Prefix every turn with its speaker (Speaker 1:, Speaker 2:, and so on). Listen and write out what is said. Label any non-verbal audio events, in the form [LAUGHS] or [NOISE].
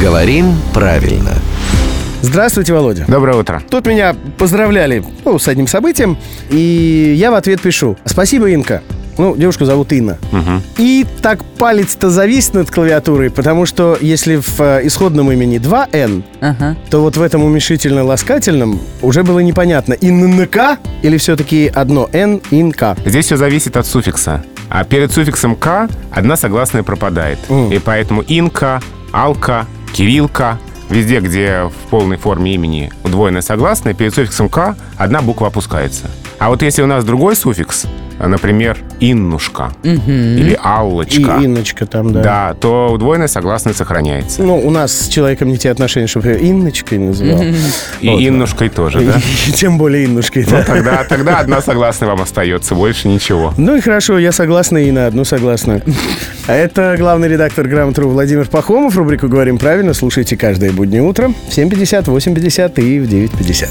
Speaker 1: Говорим правильно.
Speaker 2: Здравствуйте, Володя.
Speaker 3: Доброе утро.
Speaker 2: Тут меня поздравляли ну, с одним событием, и я в ответ пишу «Спасибо, Инка». Ну, девушку зовут Инна. И так палец-то завис над клавиатурой, потому что если в э, исходном имени 2Н,
Speaker 4: Ага.
Speaker 2: то вот в этом уменьшительно-ласкательном уже было непонятно, ИННК или все-таки одно Н, ИНК.
Speaker 3: Здесь все зависит от суффикса. А перед суффиксом «к» одна согласная пропадает.
Speaker 2: Мгм.
Speaker 3: И поэтому «инка», «алка», «кирилка» Везде, где в полной форме имени удвоенная согласная, перед суффиксом «к» одна буква опускается. А вот если у нас другой суффикс, а, например, «иннушка» или
Speaker 2: И
Speaker 3: «аллочка»,
Speaker 2: Инночка там, да.
Speaker 3: да, то удвоенная согласная сохраняется.
Speaker 2: Ну, у нас с человеком не те отношения, чтобы я Инночкой называл.
Speaker 3: И «иннушкой» тоже, да? Ну,
Speaker 2: И [LAUGHS] Тем более Иннушкой, да.
Speaker 3: Тогда, тогда одна согласная вам остается, больше ничего.
Speaker 2: Ну и хорошо, я согласна и на одну согласна. А это главный редактор «Грамотру» Владимир Пахомов. Рубрику «Говорим правильно» слушайте каждое буднее утро в 7.50, 8.50 и в 9.50.